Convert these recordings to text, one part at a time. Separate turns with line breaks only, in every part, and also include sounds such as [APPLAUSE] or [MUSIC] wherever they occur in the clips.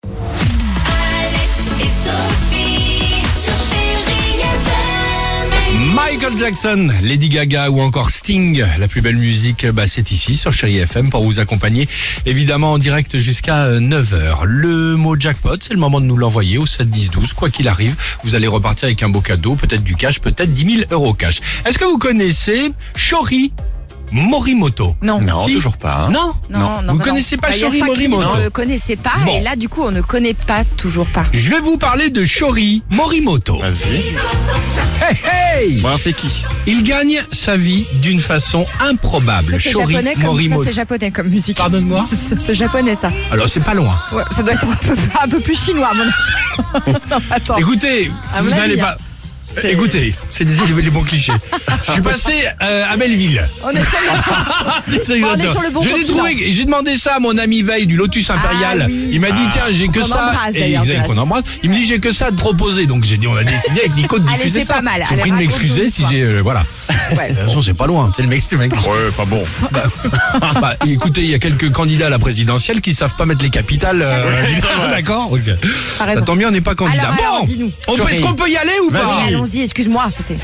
Alex et Sophie sur Chérie FM.
Michael Jackson, Lady Gaga ou encore Sting, la plus belle musique, bah, c'est ici sur Chéri FM pour vous accompagner évidemment en direct jusqu'à 9h. Le mot jackpot, c'est le moment de nous l'envoyer au 7 10 12. Quoi qu'il arrive, vous allez repartir avec un beau cadeau, peut-être du cash, peut-être 10 000 euros cash. Est-ce que vous connaissez Shori Morimoto
Non.
Non,
Si.
toujours pas. hein.
Non
Non, non,
Vous
bah
connaissez
non.
pas
Bah, il y a
Shori
cinq lignes,
Morimoto
On ne connaissait pas,
Bon.
et là, du coup, on ne connaît pas, toujours pas.
Je vais vous parler de Shori Morimoto.
Vas-y.
Hey hey
Bon, alors, c'est qui
Il gagne sa vie d'une façon improbable.
Ça, c'est
Shori
japonais, comme, ça,
Morimoto.
c'est japonais comme musique.
Pardonne-moi
C'est- C'est c'est japonais, [LAUGHS] ça.
Alors c'est pas loin.
Ouais, ça doit être un peu, un peu plus chinois, à mon avis.
[LAUGHS]
Non, attends.
Écoutez,
À
vous
mon
n'allez
avis,
pas. Euh,
hein. C'est-
Écoutez, c'est des, des bons
[LAUGHS]
clichés. Je suis passé euh, à Belleville.
On est
[LAUGHS]
sur le-
C'est
On est
exact.
sur le bon
Je l'ai
continent.
trouvé, j'ai demandé ça à mon ami Veil du Lotus Impérial.
Ah oui.
Il m'a dit tiens j'ai que
Qu'on
ça.
embrasse,
Et
d'ailleurs,
il-
du
qu'on
reste.
embrasse. Il me dit j'ai que ça à te proposer. Donc j'ai dit on a décidé avec Nico de
Allez,
diffuser
c'est
ça.
pas mal.
J'ai
Allez,
pris de
raconte-nous
m'excuser si
l'histoire.
j'ai euh, voilà.
[LAUGHS] Ouais.
De toute façon c'est pas loin. C'est le mec. le mec-
Ouais, pas bon.
Bah, [LAUGHS] écoutez il y a quelques candidats à la présidentielle qui savent pas mettre les capitales. euh, [LAUGHS] D'accord. ok.
T'as raison.
Bah, tant mieux on n'est pas candidat.
Alors, alors,
bon,
dis-nous.
on peut- est-ce
Chérie.
qu'on peut y aller ou pas
Vas-y.
Allons-y, excuse-moi, c'était.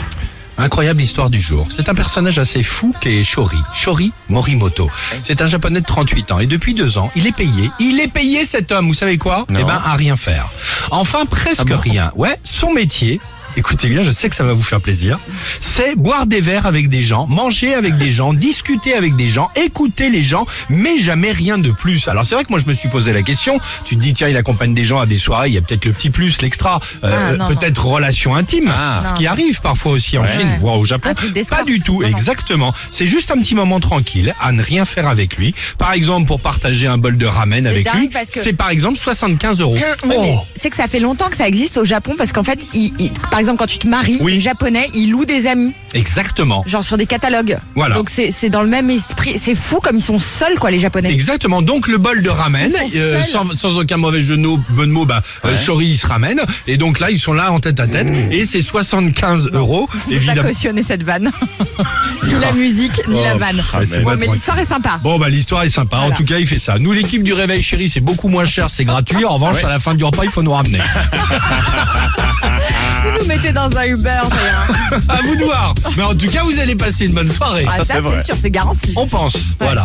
Incroyable histoire du jour. C'est un personnage assez fou qui est Shori. Shori Morimoto. C'est un japonais de 38 ans et depuis deux ans, il est payé. Il est payé cet homme, vous savez quoi Eh ben, à rien faire. Enfin, presque rien. Ouais, son métier, écoutez bien, je sais que ça va vous faire plaisir, c'est boire des verres avec des gens, manger avec des gens, discuter avec des gens, écouter les gens, mais jamais rien de plus. Alors c'est vrai que moi je me suis posé la question, tu te dis tiens, il accompagne des gens à des soirées, il y a peut-être le petit plus, l'extra, euh,
Ah, non,
peut-être relation intime,
Ah.
ce
Non.
qui arrive parfois aussi en
Ouais.
Chine,
Ouais.
voire au Japon.
Un truc d'escorte.
Pas du tout,
Non, non.
exactement. C'est juste un petit moment tranquille à ne rien faire avec lui. Par exemple, pour partager un bol de ramen
C'est
avec
dingue
lui,
parce que- Hein,
c'est par exemple 75 euros.
Mais
Oh
Tu sais que ça fait longtemps que ça existe au Japon parce qu'en fait, ils- ils- par exemple, quand tu te maries,
Oui.
les Japonais, ils louent des amis,
exactement.
genre sur des catalogues.
Voilà.
Donc c'est c'est dans le même esprit. C'est fou comme ils sont seuls, quoi, les Japonais.
Exactement. Donc le bol de ramen,
Ils sont
euh,
seuls.
sans, sans aucun mauvais jeu de mots, bon de mots, bah, euh, sorry, ils se ramènent. Et donc là, ils sont là en tête à tête. Et c'est 75
[LAUGHS]
euros,
Il pas
évidemment.
cautionner cette vanne. [LAUGHS] ni la musique, ni la vanne.
Ah, c'est
Ouais,
pas
Ouais, mais
tranquille.
l'histoire est sympa.
Bon bah l'histoire est sympa, en
Voilà.
tout cas il fait ça. Nous l'équipe du réveil chéri c'est beaucoup moins cher, c'est gratuit, en revanche à la fin du repas il faut nous ramener.
Vous nous mettez dans un Uber, ça
Ah,
ira.
à vous de voir. Mais en tout cas vous allez passer une bonne soirée.
Ah, ça, c'est sûr, c'est garanti.
On pense, voilà.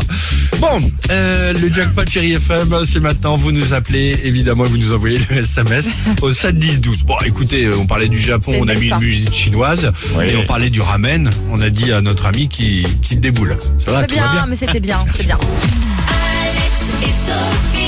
Bon, euh, le jackpot chéri FM, c'est maintenant. Vous nous appelez, évidemment, et vous nous envoyez le SMS au 7 10 12. Bon, écoutez, euh, on parlait du Japon,
C'est une
on a
belle
mis une
histoire.
musique chinoise,
Oui.
et on parlait du ramen. On a dit à notre ami qui, qui déboule. Ça va,
C'est
tout va bien.
bien, mais c'était bien, c'était bien.
Alex et Sophie.